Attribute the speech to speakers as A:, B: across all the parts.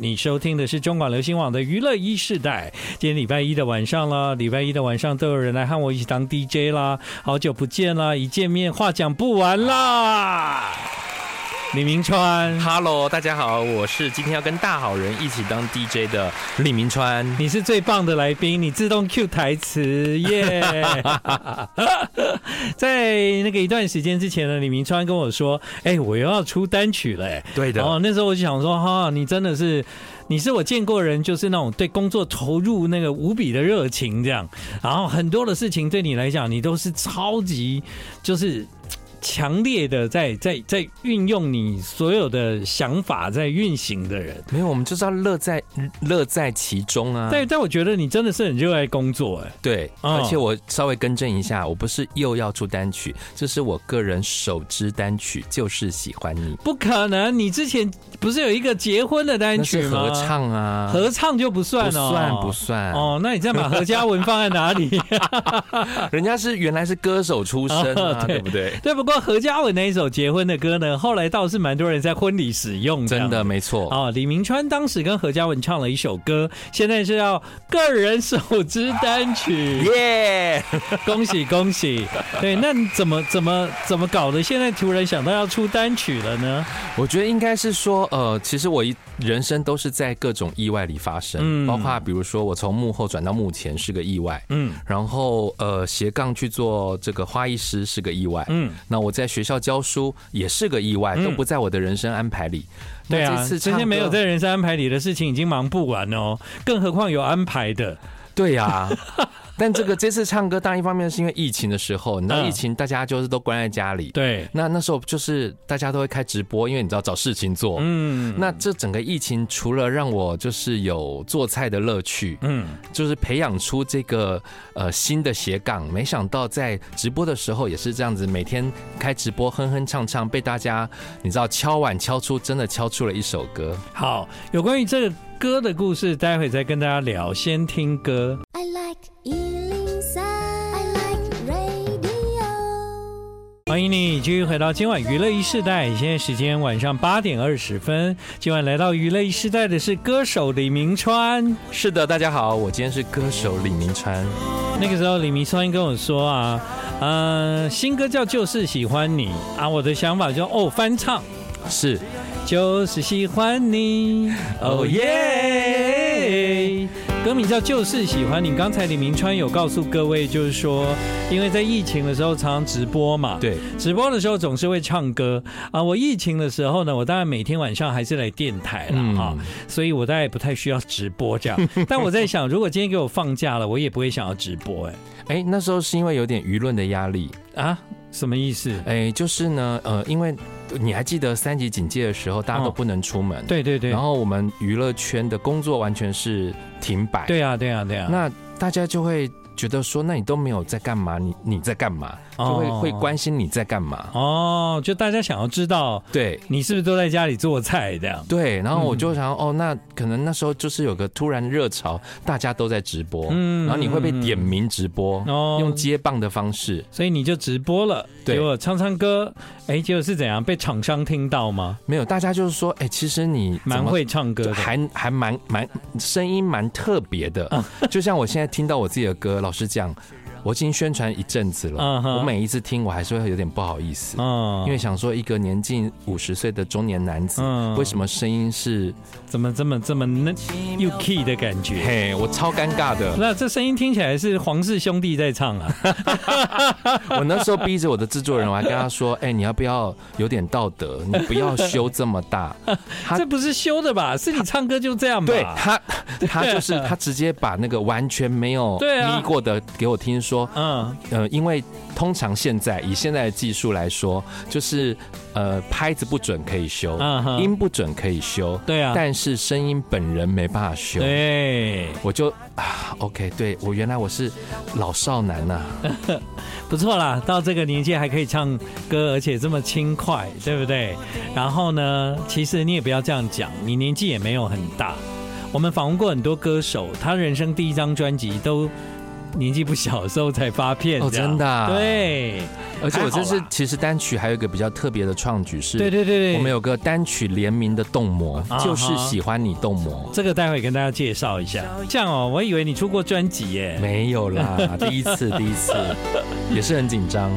A: 你收听的是中广流行网的娱乐一世代。今天礼拜一的晚上啦，礼拜一的晚上都有人来和我一起当 DJ 啦，好久不见啦，一见面话讲不完啦。李明川，
B: Hello，大家好，我是今天要跟大好人一起当 DJ 的李明川。
A: 你是最棒的来宾，你自动 Q 台词耶！在那个一段时间之前呢，李明川跟我说：“哎、我又要出单曲了、哎
B: 对的
A: 然后那时候我就想说：“哈，你真的是，你是我见过人，就是那种对工作投入那个无比的热情，这样。然后很多的事情对你来讲，你都是超级就是。”强烈的在在在运用你所有的想法在运行的人，
B: 没有，我们就是要乐在乐在其中啊。
A: 但但我觉得你真的是很热爱工作哎、
B: 对，
A: 嗯
B: 而且我稍微更正一下，我不是又要出单曲，这是我个人首支单曲，就是喜欢你，
A: 不可能！你之前不是有一个结婚的单
B: 那
A: 曲
B: 是
A: 吗？
B: 合、唱啊，
A: 合唱就不算
B: 不
A: 哦，
B: 算不算，
A: 哦。那你再把何嘉文放在哪里？
B: 人家是原来是歌手出身啊，
A: 哦对
B: 对不对？
A: 对，不过何嘉文那一首结婚的歌呢，后来倒是蛮多人在婚礼使用
B: 真
A: 的
B: 的。没错，
A: 哦，李明川当时跟何嘉文唱了一首歌，现在是要个人首支单曲，
B: 耶！
A: 恭喜恭喜！对，那你怎么怎么怎么搞的？现在突然想到要出单曲了呢？
B: 我觉得应该是说，呃，其实我一人生都是在各种意外里发生，
A: 嗯
B: 包括比如说我从幕后转到幕前是个意外，
A: 嗯
B: 然后呃斜杠去做这个花艺师是个意外，
A: 嗯，
B: 那我在学校教书也是个意外，
A: 嗯
B: 都不在我的人生安排里。那
A: 对啊
B: 这，次
A: 这
B: 唱
A: 些
B: 歌
A: 没有在人生安排里的事情已经忙不完哦，更何况有安排的。
B: 对呀、 但这个这次唱歌，当然一方面是因为疫情的时候，你知道
A: 嗯
B: 疫情大家就是都关在家里，
A: 对，
B: 那那时候就是大家都会开直播，因为你知道找事情做。
A: 嗯
B: 那这整个疫情，除了让我就是有做菜的乐趣，
A: 嗯，
B: 就是培养出这个呃新的斜杠。没想到在直播的时候也是这样子，每天开直播哼哼唱唱，被大家你知道敲碗敲出，真的敲出了一首歌。
A: 好，有关于这个歌的故事，待会再跟大家聊，先听歌。
C: I like Ealing Sound. I like radio.
A: 欢迎你继续回到今晚娱乐一世代，现在时间晚上八点二十分。今晚来到娱乐一世代的是歌手李明川。
B: 是的，大家好，我今天是歌手李明川。
A: 那个时候，李明川跟我说啊，嗯、新歌叫《就是喜欢你》啊，我的想法就哦，翻唱。
B: 是
A: 就是喜欢你，哦耶！歌名叫《就是喜欢你》。刚才李明川有告诉各位，就是说，因为在疫情的时候常常直播嘛，，
B: 对，
A: 直播的时候总是会唱歌啊。我疫情的时候呢，我当然每天晚上还是来电台了
B: 嗯
A: 哈、所以我大概不太需要直播这 样。但我在想，如果今天给我放假了，我也不会想要直播哎、
B: 哎、那时候是因为有点舆论的压力，
A: 啊，什么意思？
B: 哎、就是呢，呃，因为你还记得三级警戒的时候，大家
A: 哦
B: 都不能出门，
A: 对对对
B: 然，后我们娱乐圈的工作完全是停摆，
A: 对啊对啊对啊，
B: 那大家就会觉得说，那你都没有在干嘛？你你在干嘛？就会、
A: 哦
B: 会关心你在干嘛？
A: 哦，就大家想要知道。
B: 对
A: 你是不是都在家里做菜这样？
B: 对，然后我就想，哦，那可能那时候就是有个突然热潮，大家都在直播，
A: 嗯
B: 然后你会被点名直播，
A: 哦
B: 用接棒的方式
A: 所以你就直播了，
B: 对
A: 结果唱唱歌，哎，结果是怎样？被厂商听到吗？
B: 没有，大家就是说，哎，其实你怎么
A: 蛮会唱歌
B: 就
A: 的，
B: 还还蛮蛮声音蛮特别的，
A: 嗯
B: 就像我现在听到我自己的歌，老实讲，我已经宣传一阵子了，
A: 嗯哼
B: 我每一次听我还是会有点不好意思，
A: 嗯
B: 因为想说一个年近五十岁的中年男子，
A: 嗯
B: 为什么声音是
A: 怎么这么这么嫩又 key 的感觉？
B: 嘿，我超尴尬的。
A: 那这声音听起来是黄氏兄弟在唱啊，
B: 我那时候逼着我的制作人，我还跟他说：“哎、你要不要有点道德？你不要修这么大。他
A: 这不是修的吧？是你唱歌就这样吧？
B: 对他，他就是他直接把那个完全没有
A: 对啊
B: 眯过的给我听说，
A: 嗯，
B: 呃，因为通常现在以现在的技术来说，就是呃拍子不准可以修
A: 嗯哼，
B: 音不准可以修，
A: 对啊，
B: 但是声音本人没办法修。
A: 对，
B: 我就啊，OK，对我原来我是老少男呐、
A: 不错啦，到这个年纪还可以唱歌，而且这么轻快，对不对？然后呢，其实你也不要这样讲，你年纪也没有很大。我们访问过很多歌手，他人生第一张专辑都年纪不小的时候才发片
B: 哦
A: 这样，
B: 真的啊
A: 对，
B: 而且我这
A: 还
B: 次
A: 好啦
B: 其实单曲还有一个比较特别的创举是，
A: 对对对对，
B: 我们有个单曲联名的冻膜
A: 啊，哈
B: 就是喜欢你冻膜。
A: 这个待会跟大家介绍一下。这样哦，我以为你出过专辑耶。
B: 没有啦，第一次，第一次，也是很紧张。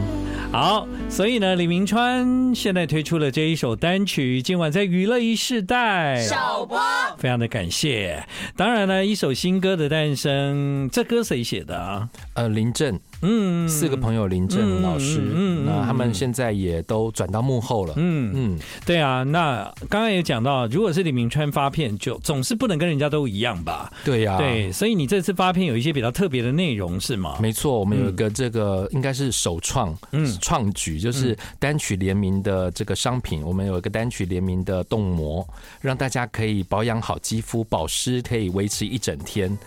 A: 好，所以呢，李明川现在推出了这一首单曲，今晚在娱乐一世代首播，非常的感谢。当然呢，一首新歌的诞生，这歌谁写的啊？
B: 呃，林正
A: 嗯，
B: 四个朋友，林正老师
A: 嗯嗯嗯，嗯
B: 那他们现在也都转到幕后了。
A: 嗯，
B: 嗯，
A: 对啊，那刚刚也讲到，如果是李明川发片，就总是不能跟人家都一样吧？
B: 对呀，，
A: 对，所以你这次发片有一些比较特别的内容是吗？
B: 没错，我们有一个这个应该是首创，
A: 嗯
B: 嗯，创举就是单曲联名的这个商品，我们有一个单曲联名的冻膜，让大家可以保养好肌肤，保湿可以维持一整天。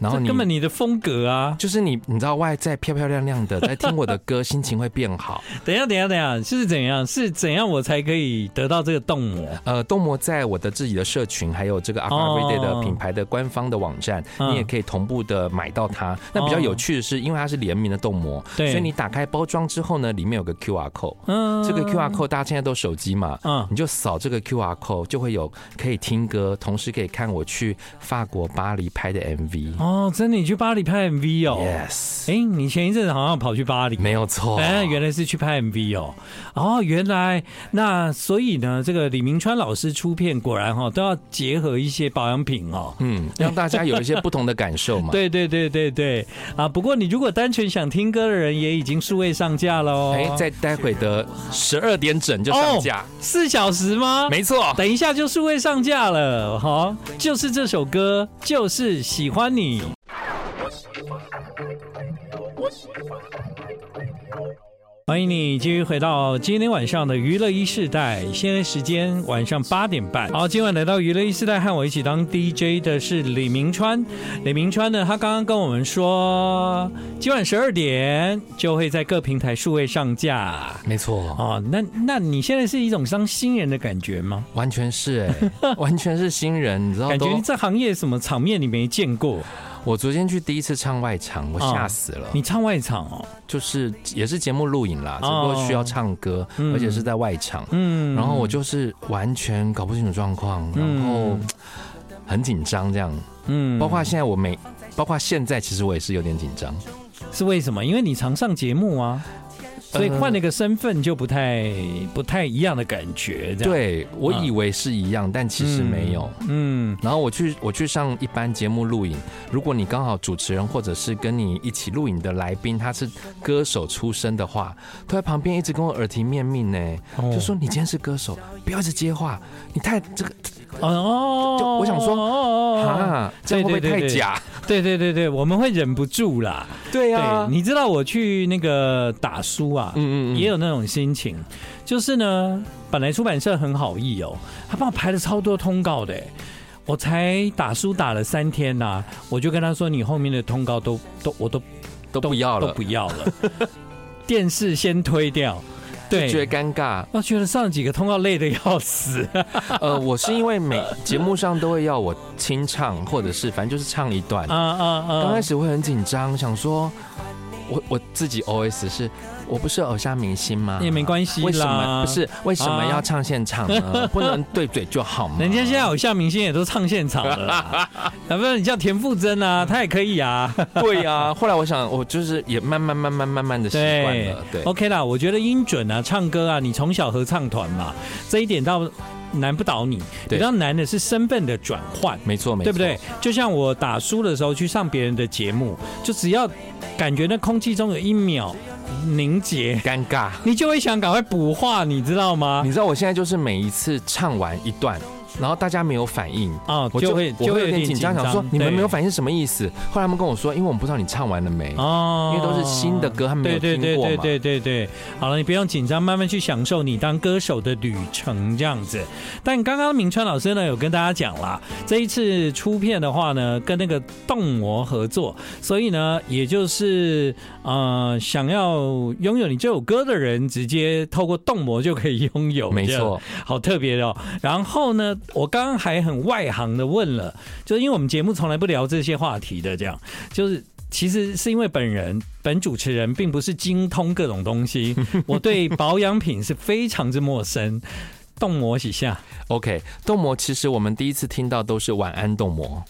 B: 然后
A: 这
B: 你
A: 根本你的风格啊！
B: 就是你，你知道外在漂漂亮亮的，在听我的歌，心情会变 好。
A: 等一下，等一下，等一下，是怎样？是怎样我才可以得到这个冻膜？
B: 呃，冻膜在我的自己的社群，还有这个 a q u a Everyday
A: 哦
B: 的品牌的官方的网站，
A: 嗯哦
B: 你也可以同步的买到它。那比较有趣的是，因为它是联名的冻膜，所
A: 对
B: 以你打开包装之后呢，里面有个 QR code。
A: 嗯，
B: 这个 QR code 大家现在都手机嘛，
A: 嗯
B: 你就扫这个 QR code 就会有可以听歌，同时可以看我去法国巴黎拍的 MV。
A: 哦，真的，你去巴黎拍 MV 哦？哎、
B: Yes，
A: 你前一阵子好像跑去巴黎，
B: 没有错。
A: 哎、原来是去拍 MV 哦。哦，原来那所以呢，这个李明川老师出片果然哈、哦、都要结合一些保养品哦。
B: 嗯，让大家有一些不同的感受嘛。
A: 对对对对对啊！不过你如果单纯想听歌的人，也已经数位上架了哦。
B: 哎，在待会的十二点整就上架
A: 哦，四小时吗？
B: 没 错。
A: 等一下就数位上架了，哈、就是这首歌，就是喜欢你。欢迎你继续回到今天晚上的娱乐一世代，现在时间晚上八点半。好，今晚来到娱乐一世代，和我一起当 DJ 的是李明川。李明川呢，他刚刚跟我们说，今晚十二点就会在各平台数位上架。
B: 没错，
A: 哦，那那你现在是一种当新人的感觉吗？
B: 完全是哎、 完全是新人，你知道
A: 感觉
B: 都。
A: 这行业什么场面你没见过？
B: 我昨天去第一次唱外场，我吓死了，
A: 哦你唱外场哦，
B: 就是也是节目录影啦，只不
A: 哦
B: 过需要唱歌，
A: 嗯
B: 而且是在外场。
A: 嗯，
B: 然后我就是完全搞不清楚状况，
A: 嗯
B: 然后很紧张这样。
A: 嗯
B: 包括现在我每，包括现在其实我也是有点紧张。
A: 是为什么？因为你常上节目啊，所以
B: 呃
A: 换了一个身份就不太不太一样的感觉，这样，
B: 对我以为是一样，但其实没有。
A: 嗯，
B: 然后我去我去上一般节目录影，如果你刚好主持人或者是跟你一起录影的来宾他是歌手出身的话，都在旁边一直跟我耳提面命呢，
A: 哦
B: 就说你今天是歌手，不要一直接话，你太这个
A: 哦，
B: 就我想说
A: 哦，
B: 啊，这样会不
A: 对对对
B: 会太
A: 对
B: 假？
A: 对对对对，我们会忍不住啦。
B: 对啊
A: 对
B: 呀，，
A: 你知道我去那个打书啊，
B: 嗯
A: 也有那种心情，就是呢，本来出版社很好意哦，他帮我排了超多通告的欸，我才打书打了三天呐、我就跟他说，你后面的通告都都我都
B: 都不要
A: 都
B: 了，
A: 不要了， 电视先推掉，
B: 觉
A: 对。
B: 得尴尬。
A: 我觉得上几个通告累得要 死，
B: 呃，我是因为每节目上都会要我清唱，或者是反正就是唱一段
A: 啊。啊啊！
B: 刚开始会很紧张，想说，我我自己 OS 是，我不是偶像明星吗？
A: 也没关系啦，
B: 为什么不是？为什么
A: 啊
B: 要唱现场 呢？不能对嘴就好吗？
A: 人家现在偶像明星也都唱现场了 啦，要不然你叫田馥甄啊，她也可以啊。
B: 对呀、后来我想，我就是也慢慢慢慢慢慢的习惯了。对，
A: OK 啦，我觉得音准啊、唱歌啊，你从小合唱团嘛，这一点倒难不倒你。比
B: 对
A: 较难的是身份的转换，
B: 没错没错，
A: 对不对？？就像我打书的时候去上别人的节目，就只要感觉那空气中有一秒凝结，
B: 尴尬。
A: 你就会想赶快补话，你知道吗
B: 你？知道我现在就是每一次唱完一段，然后大家没有反应，
A: 啊，
B: 我
A: 就会
B: 我
A: 就
B: 会
A: 会
B: 有点紧张，想说你们没有反应是什么意思？后来他们跟我说，因为我们不知道你唱完了没
A: 应，哦
B: 因为都是新的歌，他们没
A: 对对
B: 有听
A: 对
B: 过
A: 对
B: 嘛。
A: 对对对，好了，你不用紧张，慢慢去享受你当歌手的旅程这样子。但刚刚明川老师呢有跟大家讲啦，这一次出片的话呢，跟那个动魔合作，所以呢，也就是呃，想要拥有你这首歌的人，直接透过动魔就可以拥有，
B: 没
A: 这样
B: 错，
A: 好特别的哦。然后呢，我刚刚还很外行的问了，就是因为我们节目从来不聊这些话题的，这样就是其实是因为本人本主持人并不是精通各种东 西，我对保养品是非常之陌生。动摩一下
B: OK，冻膜其实我们第一次听到都是晚安冻膜，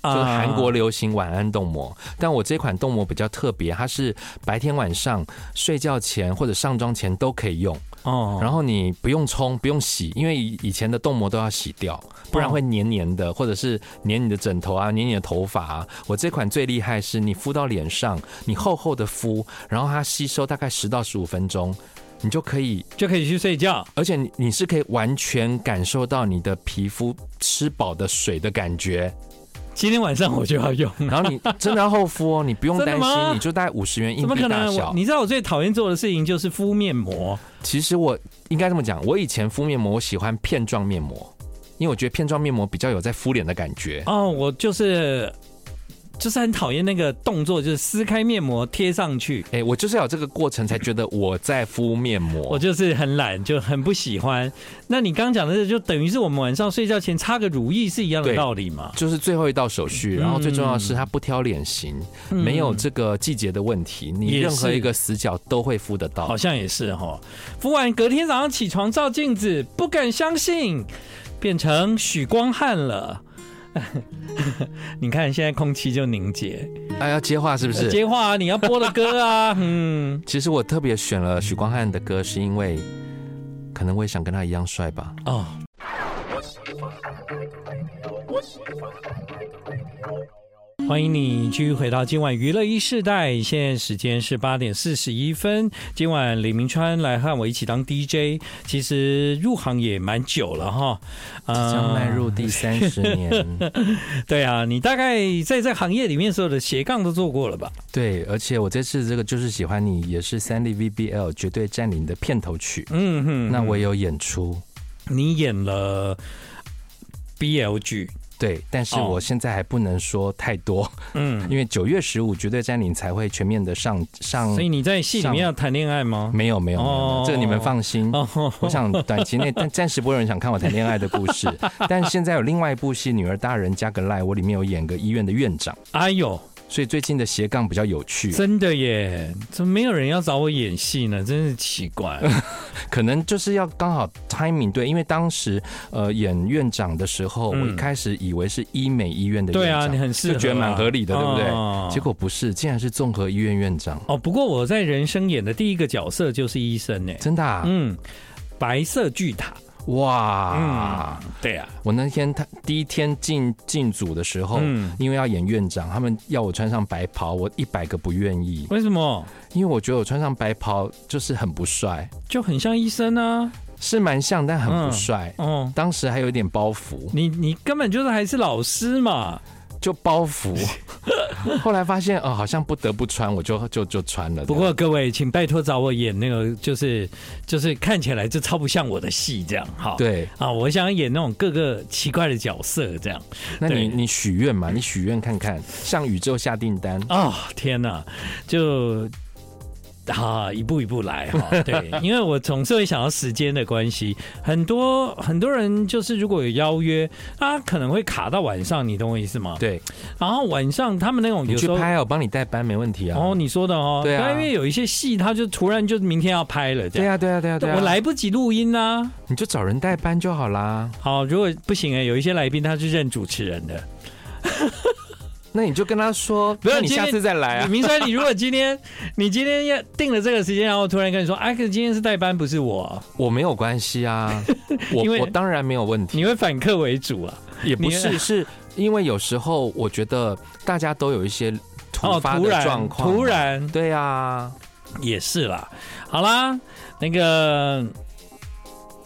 A: 啊
B: 就是韩国流行晚安冻膜。但我这款冻膜比较特别，它是白天晚上睡觉前或者上妆前都可以用，
A: 哦，
B: 然后你不用冲，不用洗，因为以以前的冻膜都要洗掉，不然会黏黏的，或者是黏你的枕头啊，黏你的头发啊。我这款最厉害是你敷到脸上，你厚厚的敷，然后它吸收大概十到十五分钟，你就可以
A: 就可以去睡觉。
B: 而且你你是可以完全感受到你的皮肤吃饱的水的感觉，
A: 今天晚上我就要 用。
B: 然后你真的要厚敷哦，你不 用
A: 真的
B: 担
A: 吗
B: 心，你就大概五十元硬
A: 怎么
B: 币
A: 可
B: 大
A: 能？我
B: 小。
A: 你知道我最讨厌做的事情就是敷面膜。
B: 其实我应该这么讲，我以前敷面膜，我喜欢片状面膜，因为我觉得片状面膜比较有在敷脸的感觉。
A: 哦，我就是就是很讨厌那个动作，就是撕开面膜贴上去。
B: 哎、我就是要有这个过程才觉得我在敷面
A: 我
B: 膜。
A: 就是很懒，就很不喜欢。那你刚讲的，就等于是我们晚上睡觉前擦个乳液是一样的
B: 对
A: 道理嘛？
B: 就是最后一道手续，然后最重要的是
A: 嗯
B: 它不挑脸型，
A: 嗯
B: 没有这个季节的问题，你
A: 也
B: 任何
A: 是
B: 一个死角都会敷得到。
A: 好像也是哈。敷完隔天早上起床照镜子，不敢相信，变成许光汉了。 你看现在空气就凝结，
B: 哎，要接话是不是？
A: 接话、啊、你要播的歌啊，嗯，
B: 其实我特别选了许光汉的歌，是因为可能我也想跟他一样帅吧。
A: 哦，欢迎你继续回到今晚娱乐一世代，现在时间是八点四十一分。今晚李明川来和我一起当 DJ，其实入行也蛮久了哈，啊
B: 即将迈入第三十年，
A: 对啊，你大概在这行业里面所有的斜杠都做过了吧？
B: 对，而且我这次这个就是喜欢你，也是三 D VBL 绝对占领的片头曲，
A: 嗯哼，
B: 那我也有演出，
A: 你演了 BL 剧，
B: 对，但是
A: 哦
B: 我现在还不能说太多，
A: 嗯，
B: 因为九月十五绝对占领才会全面的上嗯上
A: 所，以你在戏里面要谈恋爱吗？
B: 没有没有没有没有，这个你们放心。
A: 哦，
B: 我想短期内，但暂时不会有人想看我谈恋爱的故 事。但现在有另外一部戏《女儿大人加个赖》，我里面有演个医院的院长。
A: 哎呦，
B: 所以最近的斜杠比较有趣，
A: 真的耶，怎么没有人要找我演戏呢？真是奇怪。
B: 可能就是要刚好 timing 对，因为当时呃演院长的时候，
A: 嗯
B: 我一开始以为是医美医院的
A: 对
B: 院
A: 啊，
B: 长，
A: 你很适合啊、
B: 就觉得蛮合理的，对不对？
A: 哦
B: 结果不是，竟然是综合医院院长，
A: 哦，不过我在人生演的第一个角色就是医生呢、
B: 真的、啊
A: 嗯，白色巨塔。
B: 哇！
A: 对啊，
B: 我那天他第一天进进组的时候。
A: 嗯，
B: 因为要演院长，他们要我穿上白袍，我一百个不愿意，
A: 为什么
B: 因为我觉得我穿上白袍就是很不帅，
A: 就很像医生啊？
B: 是蛮像，但很
A: 嗯
B: 不帅。
A: 哦，
B: 当时还有一点包袱，
A: 你你根本就是还是老师嘛。
B: 就包袱。 后来发现哦、好像不得不穿，我就就就穿了。
A: 不过各位，请拜托找我演那个，就是就是看起来就超不像我的戏这样。好，
B: 对，
A: 啊，我想演那种各个奇怪的角色这样。
B: 那
A: 对
B: 你你许愿嘛，你许愿看看，向宇宙下订单。
A: 哦，天哪，就。啊，一步一步来哈、 对，因为我总是会想到时间的关系，很多很多人就是如果有邀约，他可能会卡到晚上，你懂我意思吗？
B: 对，
A: 然后晚上他们那种
B: 你
A: 有
B: 去
A: 时候，
B: 拍啊，我帮你代班没问题啊。
A: 哦，你说的哦，
B: 对啊
A: 因为有一些戏，他就突然就明天要拍了，这
B: 对
A: 样，
B: 啊，对啊，对啊，对啊，
A: 我，来不及录音啦、
B: 你就找人代班就好啦。
A: 好，如果不行哎、有一些来宾他是认主持人的，
B: 那你就跟他说，
A: 不要
B: 那你
A: 今天
B: 下次再来啊。
A: 明山，你如果今天你今天要定了这个时间，然后突然跟你说，哎、可是今天是代班，不是我，
B: 我没有关 系啊，我
A: 因为
B: 我当然没有问题，
A: 你会反客为主啊？
B: 也不
A: 你
B: 是，是因为有时候我觉得大家都有一些突发
A: 哦突
B: 的
A: 然
B: 状况，啊
A: 突，然
B: 对啊，
A: 也是啦。好啦，那个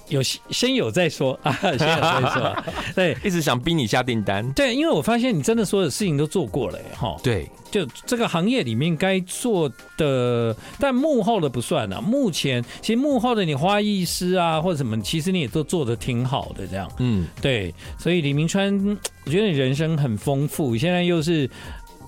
A: 有先有再说啊，先有再 说。啊对
B: 一直想逼你下订单。
A: 对，因为我发现你真的所有事情都做过了耶，哈。
B: 对，
A: 就这个行业里面该做的，但幕后的不算了、目前其实幕后的你花艺师啊或者什么，其实你也都做的挺好的，这样
B: 嗯，
A: 对。所以李明川，我觉得你人生很丰富，现在又是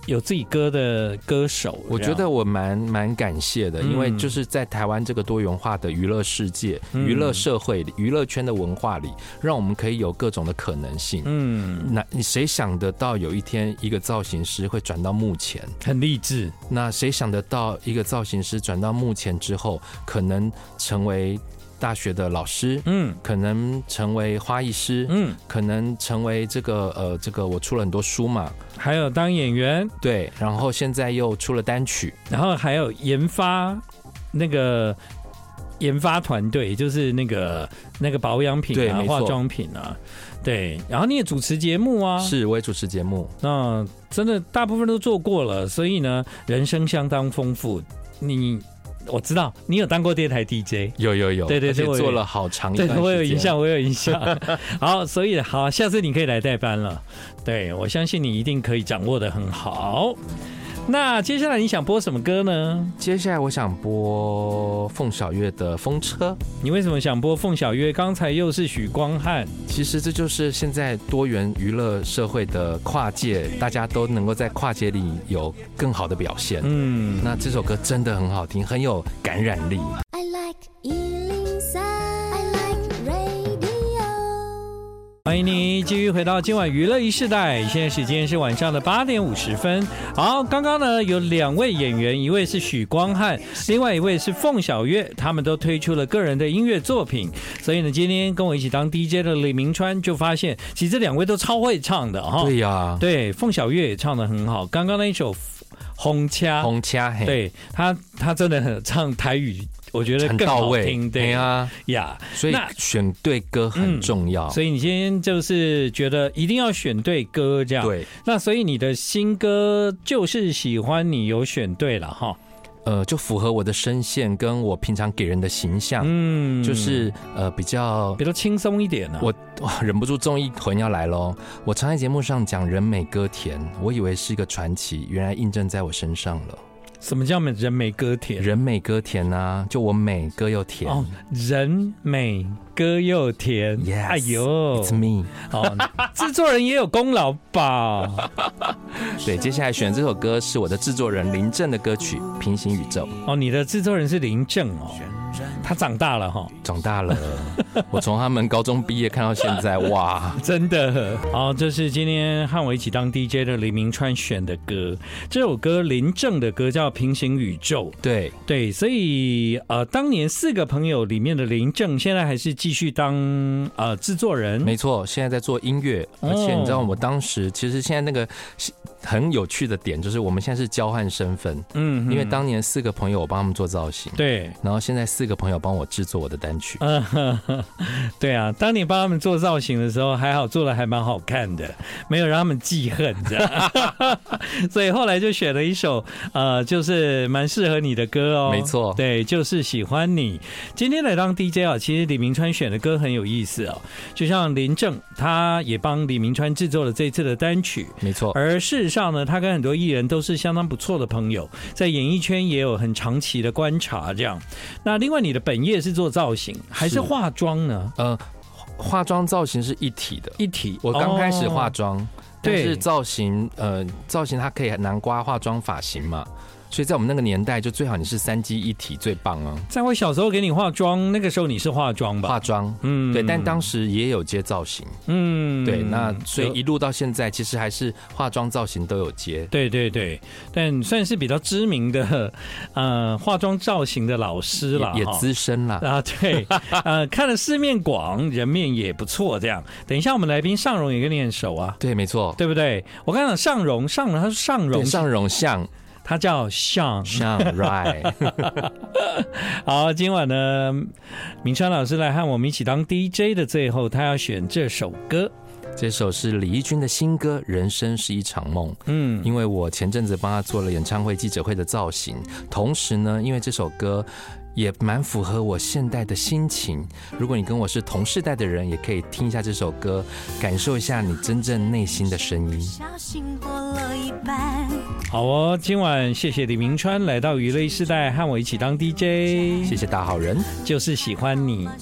A: 有自己歌的歌手。
B: 我觉
A: 这样
B: 得我蛮蛮感谢的，
A: 嗯
B: 因为就是在台湾这个多元化的娱乐世界、
A: 嗯
B: 娱乐社会里、娱乐圈的文化里，让我们可以有各种的可能性。
A: 嗯，
B: 那你谁想得到有一天一个造型师会转到幕前？
A: 很励志。
B: 那谁想得到一个造型师转到幕前之后，可能成为大学的老师，
A: 嗯
B: 可能成为花艺师，
A: 嗯，
B: 可能成为这个呃这个我出了很多书嘛，
A: 还有当演员，
B: 对，然后现在又出了单曲，
A: 然后还有研发那个研发团队，就是那个那个保养品
B: 对
A: 啊、
B: 没错
A: 化妆品啊，对。然后你也主持节目啊，
B: 是我也主持节目，
A: 那、真的大部分都做过了，所以呢，人生相当丰富。你我知道你有当过电台 DJ，
B: 有有有，
A: 对对
B: 而且
A: 对我有
B: 做了好长一段
A: 对
B: 时间，
A: 我有印象，我有印 象。好，所以好，下次你可以来代班了。对我相信你一定可以掌握的很好。那接下来你想播什么歌呢？
B: 接下来我想播凤小岳的《风车》，
A: 你为什么想播凤小岳？刚才又是许光汉，
B: 其实这就是现在多元娱乐社会的跨界，大家都能够在跨界里有更好的表现。
A: 嗯，
B: 那这首歌真的很好听，很有感染力。
C: I like Ealing Sound. I like radio.
A: 欢迎你继续回到今晚娱乐一世代，现在时间是晚上的八点五十分。好，刚刚呢有两位演员，一位是许光汉，另外一位是凤小岳，他们都推出了个人的音乐作品。所以呢，今天跟我一起当 DJ 的李明川就发现，其实这两位都超会唱的哈、
B: 对呀、
A: 哦对，凤小岳也唱的很好，刚刚那一首《红掐》，
B: 红掐嘿，
A: 啊对他他真的很唱台语，我觉得
B: 很
A: 更
B: 到
A: 好
B: 位
A: 听。，对呀、
B: 啊，所以
A: 那嗯
B: 选对歌很重要。
A: 所以你今天就是觉得一定要选对歌这样。
B: 对，
A: 那所以你的新歌就是喜欢你有选对了哈，
B: 呃，就符合我的声线跟我平常给人的形象，
A: 嗯，
B: 就是呃比较
A: 比较轻松一点呢、啊
B: 我哇，忍不住综艺魂要来喽！我常在节目上讲人美歌甜，我以为是一个传奇，原来印证在我身上了。
A: 什么叫美人美歌甜？
B: 人美歌甜啊，就我美歌又甜。
A: 哦，人美歌又甜
B: Yes，
A: 哎呦
B: It's，me。
A: 哦，制作人也有功劳吧？
B: 对，接下来选这首歌是我的制作人林正的歌曲《平行宇宙》。
A: 哦，你的制作人是林正哦，他长大了哈、
B: 长 大了，我从他们高中毕业看到现在，哇！
A: 真的。好，这是今天和我一起当 DJ 的黎明川选的歌，这首歌林正的歌叫《平行宇宙》。
B: 对，
A: 对，所以呃，当年四个朋友里面的林正，现在还是继续当呃制作人。
B: 没错，现在在做音乐，
A: 哦
B: 而且你知道，我当时其实现在那个是很有趣的点就是，我们现在是交换身份，
A: 嗯哼
B: 因为当年四个朋友我帮他们做造型，
A: 对，
B: 然后现在四个朋友帮我制作我的单曲，
A: 嗯、呵呵对啊，当年帮他们做造型的时候，还好做的还蛮好看的，没有让他们记恨这样。 所以后来就选了一首呃，就是蛮适合你的歌哦。
B: 没错
A: 对，就是喜欢你。今天来当 DJ 啊，其实李明川选的歌很有意思哦，就像林正，他也帮李明川制作了这次的单曲。
B: 没错，
A: 而事实上呢，他跟很多艺人都是相当不错的朋友，在演艺圈也有很长期的观察。这样，那另外你的本业是做造型还是
B: 是
A: 化妆呢？
B: 呃，化妆造型是一体的，
A: 一体，
B: 我刚开始化
A: 哦
B: 妆，但
A: 对
B: 是造型，呃，造型它可以南瓜化妆发型嘛，所以在我们那个年代就最好你是三机一体最棒啊，
A: 在我小时候给你化妆，那个时候你是化妆吧？
B: 化妆。
A: 嗯
B: 对，但当时也有接造型，
A: 嗯
B: 对，那所以
A: 有
B: 一路到现在，其实还是化妆造型都有接。
A: 对对对，但算是比较知名的呃化妆造型的老师了，
B: 也也
A: 哈
B: 资深啦，
A: 啊，对，呃，看了世面广，人面也不错，这样。等一下，我们来宾尚荣也跟你很熟啊，
B: 对，没错，
A: 对不对？我刚讲尚荣，尚荣，他是尚荣
B: 对，上容像
A: 他叫尚。
B: 像 right，
A: 好，今晚呢，明川老师来和我们一起当 DJ 的最后，他要选这首歌。
B: 这首是李翊君的新歌《人生是一场梦》。
A: 嗯
B: 因为我前阵子帮他做了演唱会、记者会的造型，同时呢，因为这首歌。也蛮符合我现代的心情。如果你跟我是同世代的人，也可以听一下这首歌，感受一下你真正内心的声音。
D: 小心过了一半，
A: 好哦，今晚谢谢李明川来到娱乐一时代和我一起当 DJ，
B: 谢谢大好人。
A: 就是喜欢你。